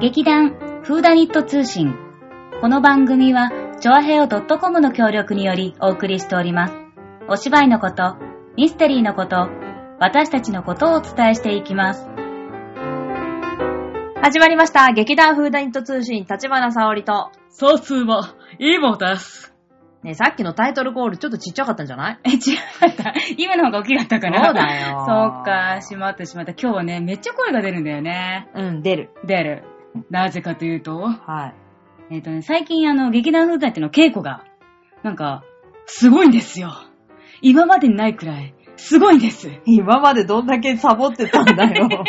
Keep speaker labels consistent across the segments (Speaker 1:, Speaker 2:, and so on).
Speaker 1: 劇団フーダニット通信。この番組は、チョアヘオ .com の協力によりお送りしております。お芝居のこと、ミステリーのこと、私たちのことをお伝えしていきます。
Speaker 2: 始まりました。劇団フーダニット通信、立花沙織と。
Speaker 3: さつま、いもです。
Speaker 2: ねえさっきのタイトルコールちょっとちっちゃかったんじゃない
Speaker 1: え、違った。今の方が大きかったかな
Speaker 2: そうだよ
Speaker 1: そうか、しまってしまった。今日はね、めっちゃ声が出るんだよね。
Speaker 2: うん、出る。
Speaker 1: 出る。なぜかというと、
Speaker 2: はい。
Speaker 1: えっ、とね、最近あの、劇団風材っていうの稽古が、なんか、すごいんですよ。今までにないくらい、すごいんです。い
Speaker 2: 今までどんだけサボってたんだよ。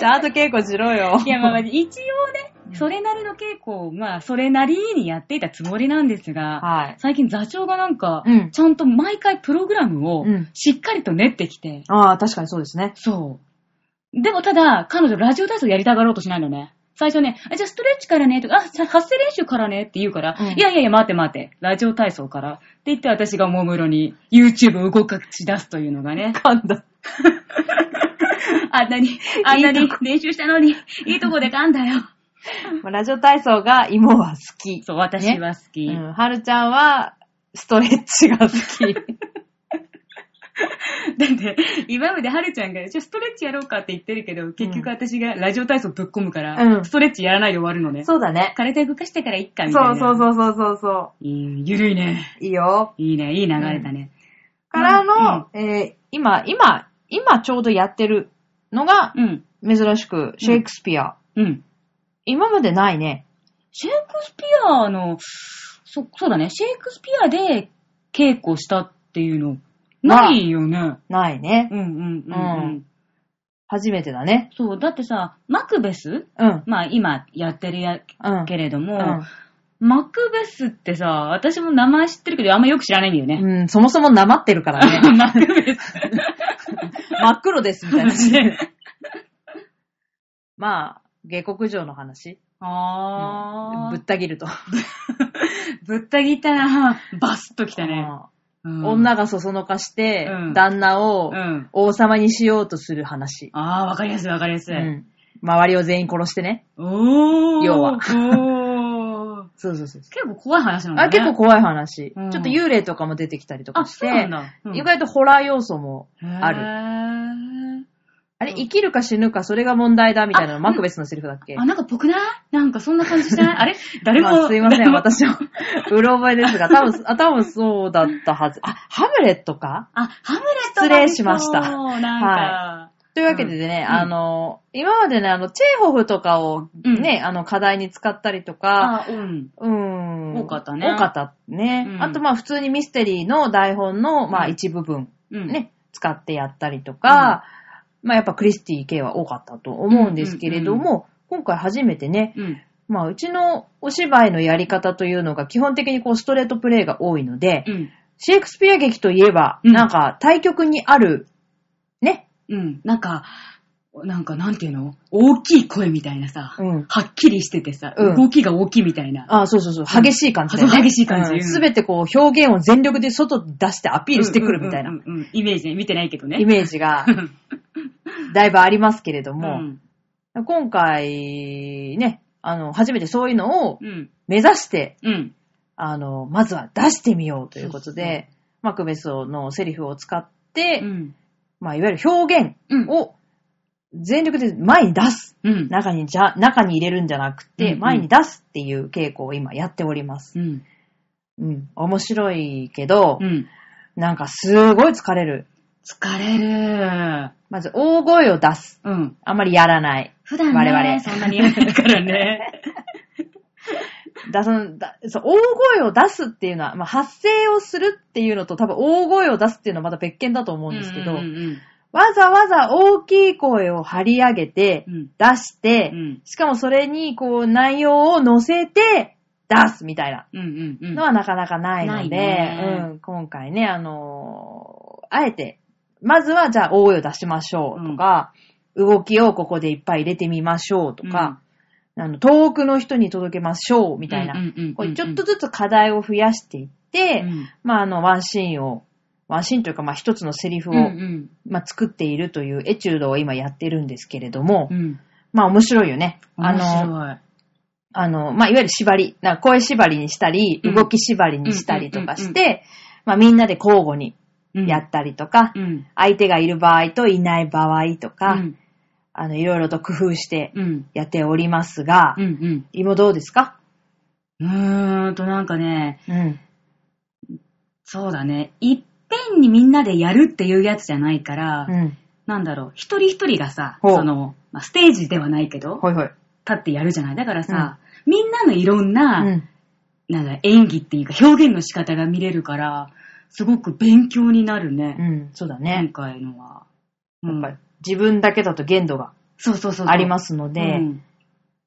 Speaker 2: ちゃんと稽古しろよ。
Speaker 1: や、まあまあ、一応ね、それなりの稽古を、まあ、それなりにやっていたつもりなんですが、
Speaker 2: はい。
Speaker 1: 最近座長がなんか、
Speaker 2: うん
Speaker 1: ちゃんと毎回プログラムを
Speaker 2: うん、
Speaker 1: しっかりと練ってきて、
Speaker 2: ああ、確かにそうですね。
Speaker 1: そう。でもただ、彼女ラジオ体操やりたがろうとしないのね。最初ね、あじゃあストレッチからね、とか、あ、じゃあ発声練習からねって言うから、
Speaker 2: うん、
Speaker 1: いやいやいや、待て待て、ラジオ体操から。って言って私がおもむろに YouTube を動かし出すというのが ね
Speaker 2: 噛んだ。
Speaker 1: あんなに、あんなに練習したのに、いいとこで噛んだよ。
Speaker 2: まあラジオ体操が芋は好き。
Speaker 1: そう、私は好き。
Speaker 2: うん、はるちゃんはストレッチが好き。
Speaker 1: だって、今まではるちゃんが、じゃあストレッチやろうかって言ってるけど、結局私がラジオ体操ぶっ込むから、
Speaker 2: うん
Speaker 1: ストレッチやらないで終わるのね。
Speaker 2: そうだね。
Speaker 1: 体動かしてからいっか、みたい
Speaker 2: そ
Speaker 1: な。
Speaker 2: うそうそうそうそうそ
Speaker 1: いいゆるいね。
Speaker 2: う。いいよ。
Speaker 1: いいね、いい流れだね。
Speaker 2: からの、えー今、今、今ちょうどやってるのが、
Speaker 1: うん。
Speaker 2: 珍しく、シェイクスピア。
Speaker 1: うん。
Speaker 2: 今までないね。
Speaker 1: シェイクスピアの、そ、そうだね、シェイクスピアで稽古したっていうの、ないよね。
Speaker 2: ないね
Speaker 1: う。んうんうん、う
Speaker 2: うんん。初めてだね。
Speaker 1: そう、だってさ、マクベス
Speaker 2: うん。
Speaker 1: まあ今やってるや
Speaker 2: うん。
Speaker 1: けれども、
Speaker 2: う
Speaker 1: マクベスってさ、私も名前知ってるけどあんまよく知らないんだよね。
Speaker 2: ん、うんそもそもなまってるから ね。
Speaker 1: マクベス。
Speaker 2: 真っ黒です、みたいな。まあ、下克上の話。
Speaker 1: あー、
Speaker 2: ぶった切ると。
Speaker 1: ぶぶった切ったな。バスッときたね。う
Speaker 2: うん
Speaker 1: ん、
Speaker 2: 女がそそのかして
Speaker 1: うん、
Speaker 2: 旦那を
Speaker 1: うん。
Speaker 2: 王様にしようとする話。
Speaker 1: あー、わかりやすいわかりやす
Speaker 2: う
Speaker 1: い。
Speaker 2: ん。周りを全員殺してね。
Speaker 1: おー。
Speaker 2: 要は
Speaker 1: おー。
Speaker 2: そうそうそう。
Speaker 1: 結構怖い話なのね。
Speaker 2: あ、結構怖い話。ち
Speaker 1: う
Speaker 2: ょ
Speaker 1: ん
Speaker 2: っと幽霊とかも出てきたりとか
Speaker 1: あ、
Speaker 2: し
Speaker 1: そうな
Speaker 2: て
Speaker 1: ん、だ。
Speaker 2: 意外とホラー要素もある。
Speaker 1: る。
Speaker 2: あれ、生きるか死ぬか、それが問題だ、みたいな
Speaker 1: あ
Speaker 2: の、マクベスのセリフだっけ
Speaker 1: あ、なんか僕ないなんかそんな感じし ないあれ誰
Speaker 2: ま
Speaker 1: も。
Speaker 2: あすいませ
Speaker 1: 誰
Speaker 2: ん、
Speaker 1: も。
Speaker 2: 私は、うろ覚えですが、多分、あ多分そうだったはず。あ、ハムレットか
Speaker 1: あ、ハムレットだ
Speaker 2: 失礼しました
Speaker 1: そうなんか。
Speaker 2: というわけでね、
Speaker 1: うん
Speaker 2: あの、今までね、あの、チェーホフとかを
Speaker 1: うん
Speaker 2: ね、あの、課題に使ったりとか、
Speaker 1: あ、うん。
Speaker 2: うーん。
Speaker 1: 多かったね
Speaker 2: 多かったね。
Speaker 1: うん
Speaker 2: あと、まあ、普通にミステリーの台本の、まあ、
Speaker 1: うん
Speaker 2: 一部分、
Speaker 1: うん。
Speaker 2: ね、使ってやったりとか、まあ、やっぱクリスティ系は多かったと思うんですけれど
Speaker 1: う
Speaker 2: も、
Speaker 1: ん
Speaker 2: 今回初めてね、
Speaker 1: うん。
Speaker 2: まあ、うちのお芝居のやり方というのが基本的にこうストレートプレイが多いので、
Speaker 1: うん。
Speaker 2: シェイクスピア劇といえば、
Speaker 1: うん
Speaker 2: なんか対局にある、ね、
Speaker 1: うん。なんか、なんかなんていうの大きい声みたいなさ。
Speaker 2: うん
Speaker 1: はっきりしててさ。
Speaker 2: うん
Speaker 1: 動きが大きいみたいな。
Speaker 2: あそうそうそう、激しい感じだよね。
Speaker 1: そう激しい感じうん
Speaker 2: すべ、全てこう表現を全力で外に出してアピールしてくるみたい
Speaker 1: うん
Speaker 2: な
Speaker 1: うんうんうん。イメージね。見てないけどね。
Speaker 2: イメージ が
Speaker 1: うん、
Speaker 2: だいぶありますけれど
Speaker 1: う
Speaker 2: も、
Speaker 1: ん。
Speaker 2: 今回、ね、あの、初めてそういうのを
Speaker 1: うん。
Speaker 2: 目指して、
Speaker 1: うん。
Speaker 2: あの、まずは出してみようということで、マクベスのセリフを使って、
Speaker 1: うん。
Speaker 2: まあ、いわゆる表現
Speaker 1: うん。
Speaker 2: を全力で前に出す。
Speaker 1: うん。
Speaker 2: 中にじゃ、中に入れるんじゃなく
Speaker 1: うん
Speaker 2: て、
Speaker 1: うん
Speaker 2: 前に出すっていう傾向を今やっております。
Speaker 1: うん。
Speaker 2: うん。面白いけど、
Speaker 1: うん。
Speaker 2: なんかすごい疲れる。
Speaker 1: 疲れる。
Speaker 2: まず大声を出す。
Speaker 1: うん。
Speaker 2: あんまりやらない。
Speaker 1: 普段ね、
Speaker 2: 我々
Speaker 1: そんなにやらないからね。
Speaker 2: だそのだそう大声を出すっていうのは、まあ、発声をするっていうのと多分大声を出すっていうのはまた別件だと思うんですけど、
Speaker 1: うんうん
Speaker 2: わざわざ大きい声を張り上げて
Speaker 1: う、ん。
Speaker 2: 出して、
Speaker 1: うん
Speaker 2: しかもそれにこう内容を乗せて出すみたいな
Speaker 1: うんうんうん。
Speaker 2: のはなかなかないの
Speaker 1: な
Speaker 2: で、
Speaker 1: いね
Speaker 2: うん、今回ね、あのーあえて、まずはじゃあ大声を出しましょうとか、動きをここでいっぱい入れてみましょうとか、あの遠くの人に届けましょうみたいな、
Speaker 1: うんうんうんうん
Speaker 2: こうちょっとずつ課題を増やしていって、
Speaker 1: うん
Speaker 2: まああのワンシーンを、ワンシーンというかまあ一つのセリフを、
Speaker 1: うんうん
Speaker 2: まあ、作っているというエチュードを今やってるんですけれども、
Speaker 1: うん
Speaker 2: まあ面白いよね。あ
Speaker 4: 面
Speaker 2: の、
Speaker 4: 白い。
Speaker 2: あの、まあいわゆる縛り、なんか声縛りにしたり、
Speaker 4: うん
Speaker 2: 動き縛りにしたりとかし
Speaker 4: う
Speaker 2: て、まあみんなで交互に
Speaker 4: うん
Speaker 2: やったりとか、
Speaker 4: うん。
Speaker 2: 相手がいる場合といない場合とか、
Speaker 4: うん。
Speaker 2: あの、いろいろと工夫して
Speaker 4: うん。
Speaker 2: やっておりますが、
Speaker 4: うん。
Speaker 2: 今どうですか
Speaker 4: うん。うーんと、なんかね、
Speaker 2: うん。
Speaker 4: そうだね。いっぺんにみんなでやるっていうやつじゃないから、
Speaker 2: うん。
Speaker 4: なんだろう、一人一人がさ、
Speaker 2: ほう
Speaker 4: その、まあ、ステージではないけど、
Speaker 2: ほいほい。
Speaker 4: 立ってやるじゃない。だからさ、みんなのいろんな、
Speaker 2: うん。
Speaker 4: なんだ演技っていうか表現の仕方が見れるから、すごく勉強になるね。
Speaker 2: うん。そうだ
Speaker 4: 今
Speaker 2: ね。
Speaker 4: 回のは。う
Speaker 2: やっ
Speaker 4: ん
Speaker 2: ぱり自分だけだと限度が
Speaker 4: そうそうそうそう。
Speaker 2: ありますすので、
Speaker 4: うん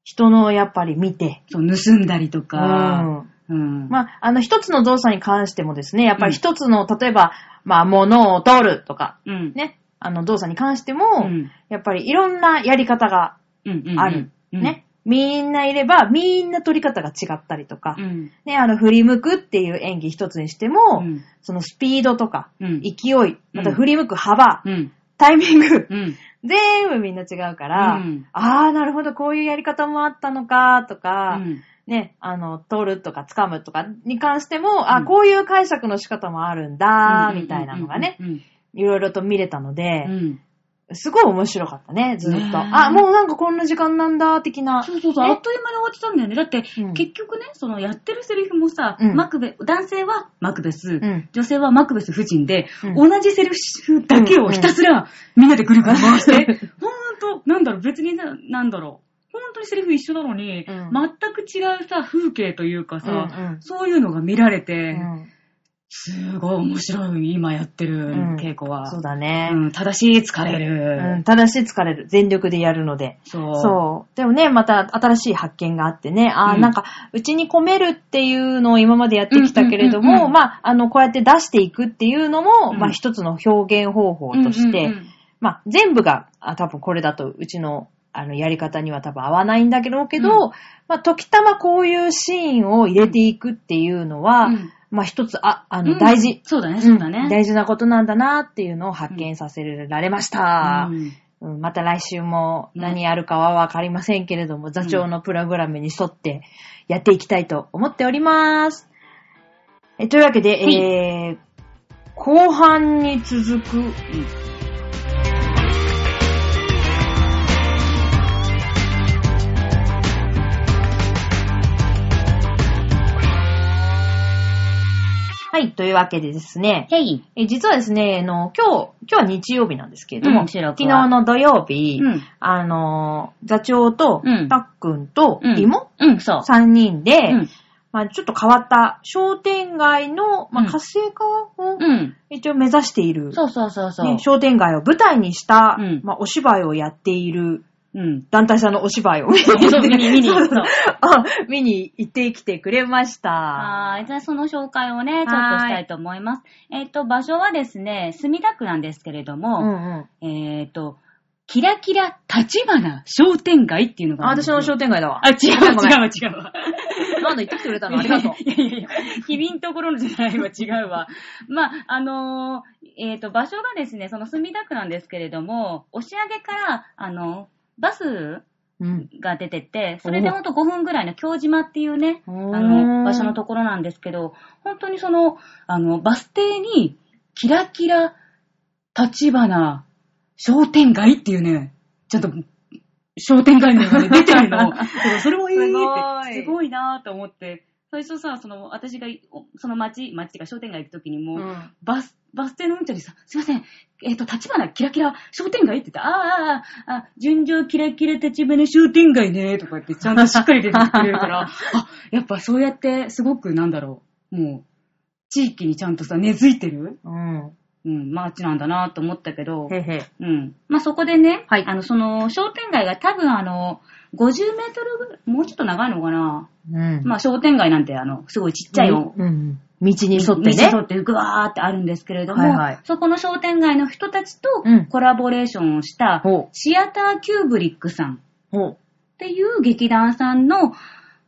Speaker 2: 人のやっぱり見て、
Speaker 4: そう、盗んだりとか。
Speaker 2: うん
Speaker 4: うん。
Speaker 2: まあ、あの、一つの動作に関してもですね、やっぱり一つの、例えば、まあ、物を取るとか、
Speaker 4: うん。
Speaker 2: ね、あの、動作に関して
Speaker 4: う
Speaker 2: も、
Speaker 4: ん。
Speaker 2: やっぱりいろんなやり方が
Speaker 4: うん。うん
Speaker 2: ある。。ね。みんないれば、みんな取り方が違ったりとか、
Speaker 4: うん。
Speaker 2: ね、あの、振り向くっていう演技一つにして
Speaker 4: う
Speaker 2: も、
Speaker 4: ん。
Speaker 2: そのスピードとか、
Speaker 4: うん。
Speaker 2: 勢い、また振り向く幅、
Speaker 4: うん。
Speaker 2: タイミング、
Speaker 4: うん。
Speaker 2: 全部みんな違うから、
Speaker 4: うん
Speaker 2: あー、なるほど、こういうやり方もあったのか、とか、
Speaker 4: うん
Speaker 2: ね、あの、取るとか掴むとかに関しても、あ、
Speaker 4: うん
Speaker 2: こういう解釈の仕方もあるんだ、みたいなのがね、。
Speaker 4: うん。
Speaker 2: いろいろと見れたので
Speaker 4: う、ん。
Speaker 2: すごい面白かったね、ずっ
Speaker 4: ねえ
Speaker 2: と。あ、もうなんかこんな時間なんだ、的な。
Speaker 4: そうそうそう、
Speaker 2: ね
Speaker 4: あっという間に終わってたんだよね。だって、
Speaker 2: うん
Speaker 4: 結局ね、そのやってるセリフもさ、
Speaker 2: うん
Speaker 4: マクベ、男性はマクベス、
Speaker 2: ん
Speaker 4: 女性はマクベス夫人で、
Speaker 2: うん
Speaker 4: 同じセリフだけをひたすらみんなでぐるぐる回して、ほんと、なんだろう、別にな、なんだろう、本当にセリフ一緒なのに、
Speaker 2: うん
Speaker 4: 全く違うさ、風景というかさ、
Speaker 2: うんうん
Speaker 4: そういうのが見られて、
Speaker 2: うん
Speaker 4: すごい面白い、今やってる
Speaker 2: うん
Speaker 4: 稽古は。
Speaker 2: そうだね
Speaker 4: う。ん正しい疲れ
Speaker 2: う
Speaker 4: る。
Speaker 2: ん、正しい疲れる。全力でやるので。
Speaker 4: そう。
Speaker 2: そう。でもね、また新しい発見があってね、あー、
Speaker 4: うん
Speaker 2: なんか、うちに込めるっていうのを今までやってきたけれども、
Speaker 4: うんうんうんうん
Speaker 2: まあ、あの、こうやって出していくっていうのも、
Speaker 4: うん
Speaker 2: まあ、一つの表現方法として、
Speaker 4: うんうんうん
Speaker 2: まあ、全部が、あ多分これだと、うちの、あの、やり方には多分合わないんだけど、けど、
Speaker 4: うん
Speaker 2: まあ、時たまこういうシーンを入れていくっていうのは、
Speaker 4: うん
Speaker 2: まあ、一つ、あ、あ
Speaker 4: う
Speaker 2: の、
Speaker 4: ん
Speaker 2: 大事。
Speaker 4: そうだね、そうだ
Speaker 2: うん
Speaker 4: ね。
Speaker 2: 大事なことなんだなっていうのを発見させられました。
Speaker 4: うん
Speaker 2: うんまた来週も
Speaker 4: ね
Speaker 2: 何やるかはわかりませんけれども、座長のプログラムに沿ってやっていきたいと思っております。えというわけで、
Speaker 4: い
Speaker 2: えー、後半に続くはい、というわけでですね、
Speaker 1: ヘイ。
Speaker 2: え実はですね、あの、今日、今日は日曜日なんですけれども、
Speaker 1: うん収録は
Speaker 2: 昨日の土曜日、
Speaker 1: うん。
Speaker 2: あの、座長と、
Speaker 1: うん
Speaker 2: たっくんと、
Speaker 1: うん
Speaker 2: 芋、
Speaker 1: うん、そう。
Speaker 2: 三人で、
Speaker 1: うん。
Speaker 2: まあちょっと変わった商店街の、ま
Speaker 1: う
Speaker 2: あ
Speaker 1: ん
Speaker 2: 活性化を
Speaker 1: うん。
Speaker 2: 一応目指している、
Speaker 1: そうそうそうそう。
Speaker 2: ね、商店街を舞台にした、
Speaker 1: うん
Speaker 2: まあお芝居をやっている
Speaker 1: うん。
Speaker 2: 団体さんのお芝居を
Speaker 1: そう 見に見に
Speaker 2: そう
Speaker 1: そう
Speaker 2: あ 見に行ってきてくれました。
Speaker 1: はい。じゃあ、その紹介をね、ちょっとしたいと思います。えっ、と、場所はですね、墨田区なんですけれど
Speaker 2: うんう
Speaker 1: も、
Speaker 2: ん。
Speaker 1: えっ、と、キラキラ立花商店街っていうのが
Speaker 2: あ、
Speaker 1: あるんで
Speaker 2: 私
Speaker 1: すよ
Speaker 2: の商店街だわ。
Speaker 1: あ、違う
Speaker 2: ごめん
Speaker 1: 違う違うわ。
Speaker 2: なんだ言ってきてくれたのありがとう。
Speaker 1: いやいやいや、君んところの時代は違うわ。 まあ、あのーえっ、と、場所がですね、その墨田区なんですけれども、押上から、あの、バス
Speaker 2: うん。
Speaker 1: が出てて、それでほんと5分ぐらいの京島っていうね、
Speaker 2: あ
Speaker 1: あの、場所のところなんですけど、本当にその、あの、バス停に、キラキラ、立花、商店街っていうね、ちょっと、商店街のように出てる の。そうそれもいいって、
Speaker 2: すごい
Speaker 1: すごいなぁと思って、最初さ、その、私が、おその街、街っていうか商店街行くときにもう、
Speaker 2: うん
Speaker 1: バス、バス停のうんちゃんにさ、すいません、えっ、と、立花キラキラ商店街って言って、ああああ、あ、純情キラキラ立花商店街ね、とか言って、ちゃんとしっかり出てきてくれる から、あ、やっぱそうやって、すごく、なんだろう、もう、地域にちゃんとさ、根付いてる、
Speaker 2: うん。
Speaker 1: うん、街なんだなと思ったけど、
Speaker 2: へへ。
Speaker 1: うん。まあ、そこでね、
Speaker 2: はい
Speaker 1: あの、その、商店街が多分あの、50メートルぐらい、もうちょっと長いのかな、
Speaker 2: うん。
Speaker 1: まあ、商店街なんて、あの、すごいちっちゃいよ、
Speaker 2: うんうん。道に沿って
Speaker 1: 道
Speaker 2: ね
Speaker 1: に。沿ってぐわーってあるんですけれども、
Speaker 2: はいはい
Speaker 1: そこの商店街の人たちと
Speaker 2: うん
Speaker 1: コラボレーションをした、
Speaker 2: ほう。
Speaker 1: シアターキューブリックさんっ
Speaker 2: ほう。
Speaker 1: ていう劇団さんの、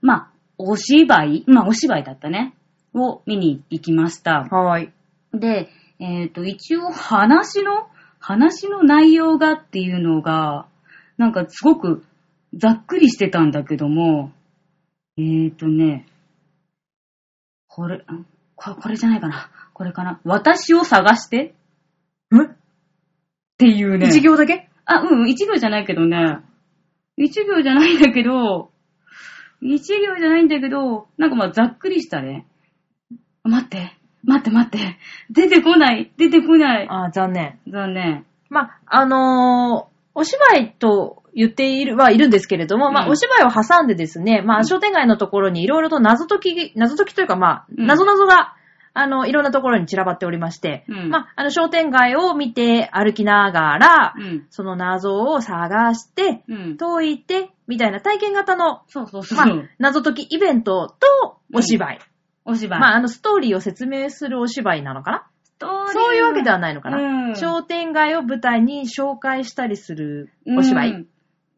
Speaker 1: まあ、お芝居、まあ、お芝居だったね、を見に行きました。
Speaker 2: はーい。
Speaker 1: で、えっ、と、一応話の、話の内容がっていうのが、なんかすごくざっくりしてたんだけども、えーとね、これ、んここれじゃないかな。これかな。私を探してっ
Speaker 2: ん
Speaker 1: ていうね。
Speaker 2: 一行だけ
Speaker 1: あ、うん、一行じゃないけどね。一行じゃないんだけど、一行じゃないんだけど、なんかまあざっくりしたね。待って、待って待って。出てこない、出てこない。
Speaker 2: あー残念。
Speaker 1: 残念。
Speaker 2: まあ、あのーお芝居と言っている、はいるんですけれども、ま
Speaker 1: う
Speaker 2: あ、
Speaker 1: ん
Speaker 2: お芝居を挟んでですね、ま
Speaker 1: う
Speaker 2: あ、
Speaker 1: ん
Speaker 2: 商店街のところにいろいろと謎解き、謎解きというか、まあ、
Speaker 1: うん
Speaker 2: 謎々が、あの、いろんなところに散らばっておりまして、
Speaker 1: うん
Speaker 2: まあ、あの、商店街を見て歩きながら、
Speaker 1: うん。
Speaker 2: その謎を探して、
Speaker 1: うん。
Speaker 2: 解いて、みたいな体験型の、
Speaker 1: そうそうそう。
Speaker 2: まあ、謎解きイベントとお芝居。
Speaker 1: お芝居。
Speaker 2: まあ、あの、ストーリーを説明するお芝居なのかな
Speaker 1: そ
Speaker 2: そういうわけでは
Speaker 1: ない
Speaker 2: ないのかな、
Speaker 1: うん
Speaker 2: 商店街を舞台に紹介したりするお芝居。
Speaker 1: うん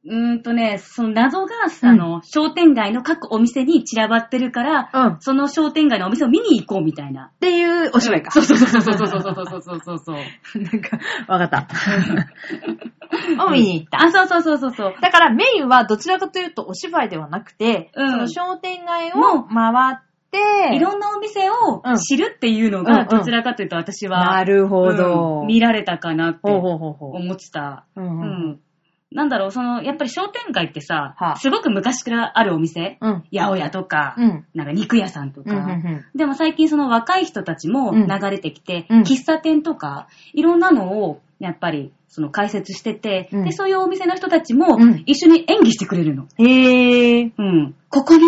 Speaker 1: うーんとね、その謎が、あの、商店街の各お店に散らばってるから、
Speaker 2: うん。っ
Speaker 1: その商店街のお店を見に行こうみたいな。
Speaker 2: ていうお芝居か。
Speaker 1: そうそうそうそうそうそうそうそうそうそう。
Speaker 2: なんか、 わかった。 を見に行った。
Speaker 1: あ、そうそうそうそうそう。
Speaker 2: だからメインはどちらかというとお芝居ではなくて、
Speaker 1: うん
Speaker 2: その商店街を回って、
Speaker 1: いろんなお店を知るっていうの
Speaker 2: うんう
Speaker 1: が、
Speaker 2: んうん
Speaker 1: どちらかというと私は、
Speaker 2: なるほ
Speaker 1: う
Speaker 2: ど。
Speaker 1: ん見られたかなって
Speaker 2: ほうほうほうほう。
Speaker 1: 思ってた。
Speaker 2: うん
Speaker 1: う
Speaker 2: うん。
Speaker 1: ん。なんだろう、その、やっぱり商店街ってさ
Speaker 2: はあ、
Speaker 1: すごく昔からあるお店、
Speaker 2: うん。
Speaker 1: 八百屋とか
Speaker 2: う、ん。
Speaker 1: なんか肉屋さんと
Speaker 2: うんうん
Speaker 1: か、
Speaker 2: うん
Speaker 1: でも最近その若い人たちも
Speaker 2: うん
Speaker 1: 流れてきて、
Speaker 2: うん
Speaker 1: 喫茶店とか、いろんなのを、やっぱり、その解説してて、
Speaker 2: うん
Speaker 1: で、そういうお店の人たちも
Speaker 2: うん、
Speaker 1: 一緒に演技してくれるの。
Speaker 2: へー。
Speaker 1: うん。ここに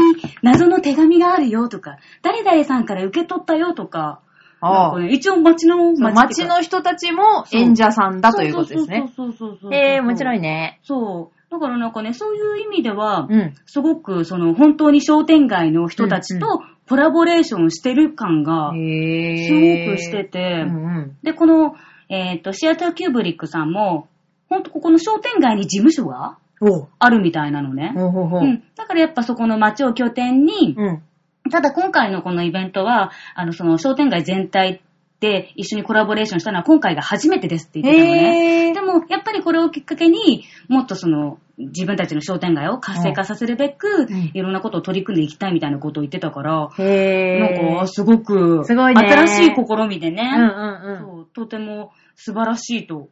Speaker 1: 謎の手紙があるよとか、誰々さんから受け取ったよとか、なん
Speaker 2: あ
Speaker 1: か
Speaker 2: あ。
Speaker 1: ね、一応町の、
Speaker 2: そう
Speaker 1: ってい
Speaker 2: 町
Speaker 1: うか
Speaker 2: の人たちも演者さんだということですね。。
Speaker 1: そうそうそうそうそうそう
Speaker 2: へえ、面白い
Speaker 1: ね。
Speaker 2: ね。
Speaker 1: そう。だからなんかね、そういう意味では、
Speaker 2: うん。
Speaker 1: すごくその本当に商店街の人たち
Speaker 2: う
Speaker 1: とコラボレーションしてる感が、
Speaker 2: へ
Speaker 1: すごくしてて、
Speaker 2: うんうん。
Speaker 1: で、この、えっ、と、シアターキューブリックさんも、ほんとここの商店街に事務所が
Speaker 2: おう。
Speaker 1: あるみたいなのね。
Speaker 2: ほうほうほ
Speaker 1: う
Speaker 2: う。
Speaker 1: ん。だからやっぱそこの街を拠点に、
Speaker 2: うん。
Speaker 1: ただ今回のこのイベントは、あの、その商店街全体で一緒にコラボレーションしたのは今回が初めてですって言ってたのね。
Speaker 2: へえ
Speaker 1: で。も、やっぱりこれをきっかけに、もっとその、自分たちの商店街を活性化させるべく、
Speaker 2: ん
Speaker 1: いろんなことを取り組んでいきたいみたいなことを言ってたから、
Speaker 2: へえ。
Speaker 1: なんか、すごく、
Speaker 2: すごいね
Speaker 1: 新しい試みでね、
Speaker 2: うんうん
Speaker 1: そう、とても素晴らしいと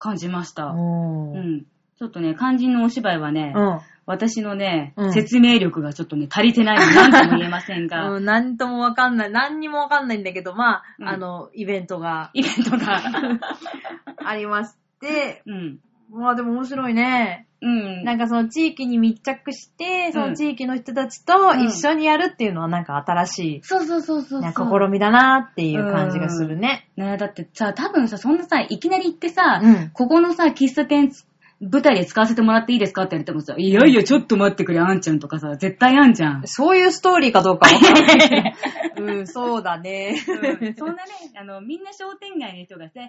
Speaker 1: 感じました。
Speaker 2: うん。
Speaker 1: う
Speaker 2: おー
Speaker 1: ん。ちょっとね、肝心のお芝居はね、
Speaker 2: うん。
Speaker 1: 私のね、
Speaker 2: うん
Speaker 1: 説明力がちょっとね、足りてないの なんとも言えませんが、
Speaker 2: うん、なんともわかんない。何にもわかんないんだけど、まあ、
Speaker 1: うん
Speaker 2: あの、イベントが
Speaker 1: イベント が。
Speaker 2: ありまして、
Speaker 1: うん。
Speaker 2: まあでも面白いね。
Speaker 1: うん。
Speaker 2: なんかその地域に密着して、その地域の人たちと
Speaker 1: うん
Speaker 2: 一緒にやるっていうのはなんか新し
Speaker 1: そうそうそうそ
Speaker 2: い、
Speaker 1: う
Speaker 2: な
Speaker 1: そ
Speaker 2: ん
Speaker 1: う。
Speaker 2: か試みだなっていう感じがするね。
Speaker 1: ねだってさ、多分さ、そんなさ、いきなり行ってさ、
Speaker 2: うん
Speaker 1: ここのさ、喫茶店つ、舞台で使わせてもらっていいですかって言われてもさ、いやいや、ちょっと待ってくれ、あんちゃんとかさ、絶対あんち ゃん。
Speaker 2: そういうストーリーかどうかわかん ない。うん、そうだね。
Speaker 1: うんそんなね、あの、みんな商店街の人がね、
Speaker 2: うん
Speaker 1: い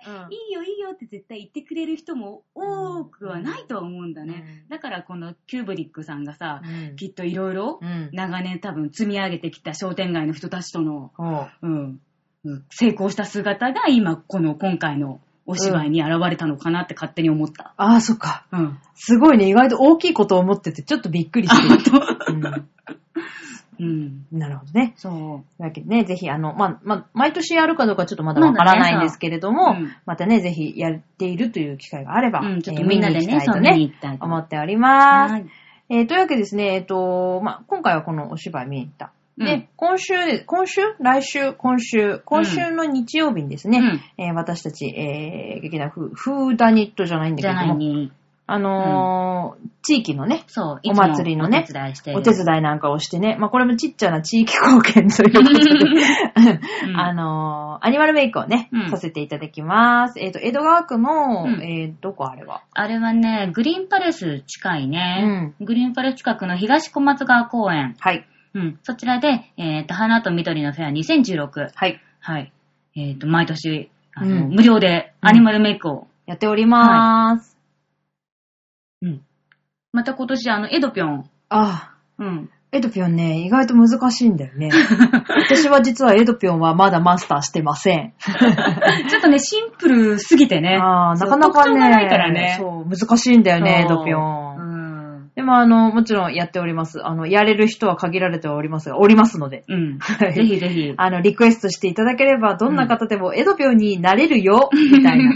Speaker 1: いよいいよって絶対言ってくれる人も多くはないとは思うんだね。
Speaker 2: うん
Speaker 1: だからこのキューブリックさんがさ、
Speaker 2: うん
Speaker 1: きっといろいろ
Speaker 2: うん。
Speaker 1: 長年多分積み上げてきた商店街の人たちとの、
Speaker 2: ほう
Speaker 1: うんうん成功した姿が今この今回のお芝居に現れたのかなって勝手に思った。
Speaker 2: ああ、そっか。
Speaker 1: うん。
Speaker 2: すごいね。意外と大きいことを思ってて、ちょっとびっくりしてる。うん
Speaker 1: うん。
Speaker 2: なるほどね。
Speaker 1: そう。
Speaker 2: というわけでね、ぜひ、あの、まあ、まあ、毎年やるかどうかちょっとまだわからないんですけれど
Speaker 1: ま
Speaker 2: も、
Speaker 1: だねうん
Speaker 2: またね、ぜひやっているという機会があれば、
Speaker 1: うん、ちょっと
Speaker 2: えー
Speaker 1: みんなで
Speaker 2: 見に
Speaker 1: ね、
Speaker 2: 行きたい
Speaker 1: そう
Speaker 2: と
Speaker 1: 見
Speaker 2: ね、
Speaker 1: に行ったいと
Speaker 2: 思っております。
Speaker 1: はい
Speaker 2: えーというわけでですね、えっ、と、まあ、今回はこのお芝居見に行った。で、
Speaker 1: うん
Speaker 2: 今週、今週来週、今週、今週の日曜日にですね、えー私たち、えー、劇団フーフーダニットじゃないん
Speaker 1: うん。
Speaker 2: だ
Speaker 1: じゃ
Speaker 2: け
Speaker 1: ない
Speaker 2: ども、
Speaker 1: に、
Speaker 2: あのー地域のね、
Speaker 1: そう、
Speaker 2: お祭りのね
Speaker 1: いつもお手伝いしてる。
Speaker 2: お手 伝いなんかをしてね、まあ、これもちっちゃな地域貢献と いうことで、
Speaker 1: うん
Speaker 2: あのーアニマルメイクをね、
Speaker 1: うん
Speaker 2: させていただきます。えっ、と、江戸川区
Speaker 1: う
Speaker 2: の、
Speaker 1: ん
Speaker 2: えー、どこあれは
Speaker 1: あれはね、グリーンパレス近いね。グリーンパレス近くの東小松川公園。
Speaker 2: はい。
Speaker 1: うん。そちらで、えっ、と、花と緑のフェア2016。
Speaker 2: はい。
Speaker 1: はい。えっ、と、毎年、あの、
Speaker 2: うん
Speaker 1: 無料でアニマルメイクを。
Speaker 2: やっております。
Speaker 1: うん。また今年、あの、エドピョン。
Speaker 2: ああ、
Speaker 1: うん。
Speaker 2: エドピョンね、意外と難しいんだよ ね。私は実はエドピョンはまだマスターしてません。
Speaker 1: ちょっとね、シンプルすぎてね。
Speaker 2: ああ、
Speaker 1: そ
Speaker 2: な
Speaker 1: う
Speaker 2: かなか
Speaker 1: 特徴
Speaker 2: ね。
Speaker 1: がないからね。
Speaker 2: そう、難しいんだよね、エ
Speaker 1: そう
Speaker 2: ドピョン。
Speaker 1: うん。
Speaker 2: でもあの、もちろんやっております。あの、やれる人は限られてはおりますが、おりますので。
Speaker 1: うん。
Speaker 2: はい
Speaker 1: ぜひぜひ。
Speaker 2: あの、リクエストしていただければ、どんな方でもエドピョになれる よ、みたいな。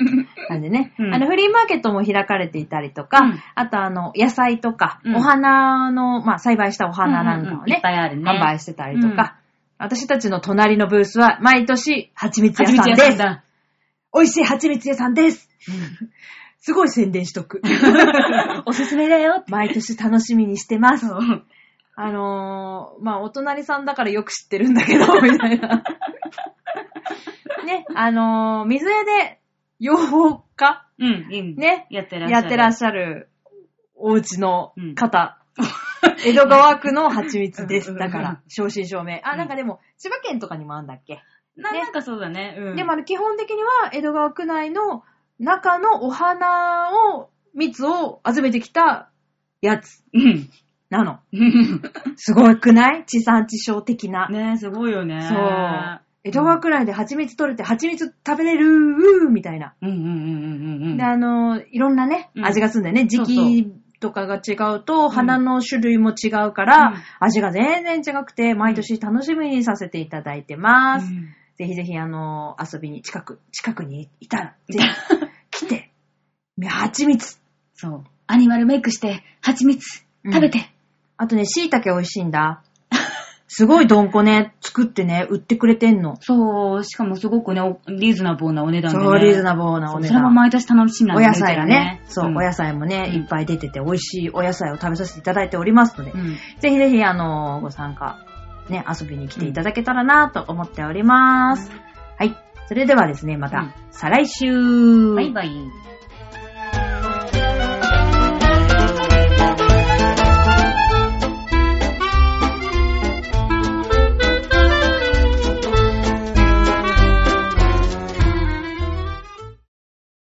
Speaker 2: なんでね、
Speaker 1: うん
Speaker 2: あの、フリーマーケットも開かれていたりとか、
Speaker 1: うん
Speaker 2: あとあの、野菜とか、
Speaker 1: うん
Speaker 2: お花の、まあ、栽培したお花なんかを
Speaker 1: うううい
Speaker 2: ね
Speaker 1: っ、ぱいあるね。
Speaker 2: 販売してたりとか、私たちの隣のブースは、毎年、蜂蜜
Speaker 1: は
Speaker 2: 屋
Speaker 1: ちみ
Speaker 2: さ
Speaker 1: つ屋
Speaker 2: んで
Speaker 1: さん
Speaker 2: す。
Speaker 1: だ。
Speaker 2: 美味しい蜂蜜屋さんです。すごい宣伝しとく。
Speaker 1: おすすめだよって。
Speaker 2: 毎年楽しみにしてます。
Speaker 1: そう
Speaker 2: あのー、まあ、お隣さんだからよく知ってるん だけど、みたいな。ね、あのー、水江で養蜂家
Speaker 1: うん、うん。
Speaker 2: ね
Speaker 1: やってらっしゃ
Speaker 2: や
Speaker 1: る。
Speaker 2: ってらっしゃるお家の方。江戸川区の蜂蜜で
Speaker 1: う
Speaker 2: す。
Speaker 1: ん
Speaker 2: だから、正真正銘。
Speaker 1: う
Speaker 2: あ、
Speaker 1: ん
Speaker 2: なんかでも、千葉県とかにもあんだっけ、
Speaker 1: な
Speaker 2: ね
Speaker 1: なんかそうだね。うん。
Speaker 2: でもあの、基本的には江戸川区内の中のお花を、蜜を集めてきたやつ
Speaker 1: うん。
Speaker 2: なの。
Speaker 1: うん
Speaker 2: すごくない地産地消的な。
Speaker 1: ねすごいよね。
Speaker 2: そう。江戸川くらいで蜂蜜取れて蜂蜜食べれるうーみたいな。
Speaker 1: うんうんうんうんうんうん。
Speaker 2: で、あの、いろんなね、
Speaker 1: うん
Speaker 2: 味がするんだよね。時
Speaker 1: そう
Speaker 2: 期とかが違うと、花の種類も違うから、
Speaker 1: うん
Speaker 2: 味が全然違くて、毎年楽しみにさせていただいてます。
Speaker 1: うん
Speaker 2: ぜひぜひ、あの、遊びに、近く、近くにいた ら、ぜひ、来て、蜂蜜。
Speaker 1: そう。アニマルメイクして、蜂蜜、
Speaker 2: うん
Speaker 1: 食べて。
Speaker 2: あとね、椎茸美味しいんだ。すごいどんこね、作ってね、売ってくれてんの。
Speaker 1: そう、しかもすごくね、おリーズナブルなお値段で、ね。
Speaker 2: そう、リーズナブルなお
Speaker 1: そう
Speaker 2: 値
Speaker 1: それも
Speaker 2: 段。
Speaker 1: 毎年楽しみなん
Speaker 2: お
Speaker 1: だ
Speaker 2: 野菜がね、そう、お野
Speaker 1: 菜。
Speaker 2: 菜もね、
Speaker 1: うん
Speaker 2: いっぱい出てて、美味しいお野菜を食べさせていただいておりますので、
Speaker 1: うん。
Speaker 2: ぜひぜひ、あのーご参加、ね、遊びに来ていただけたらなと思っております。はい。それではですね、また、
Speaker 1: うん
Speaker 2: 再来週
Speaker 1: バイバイ。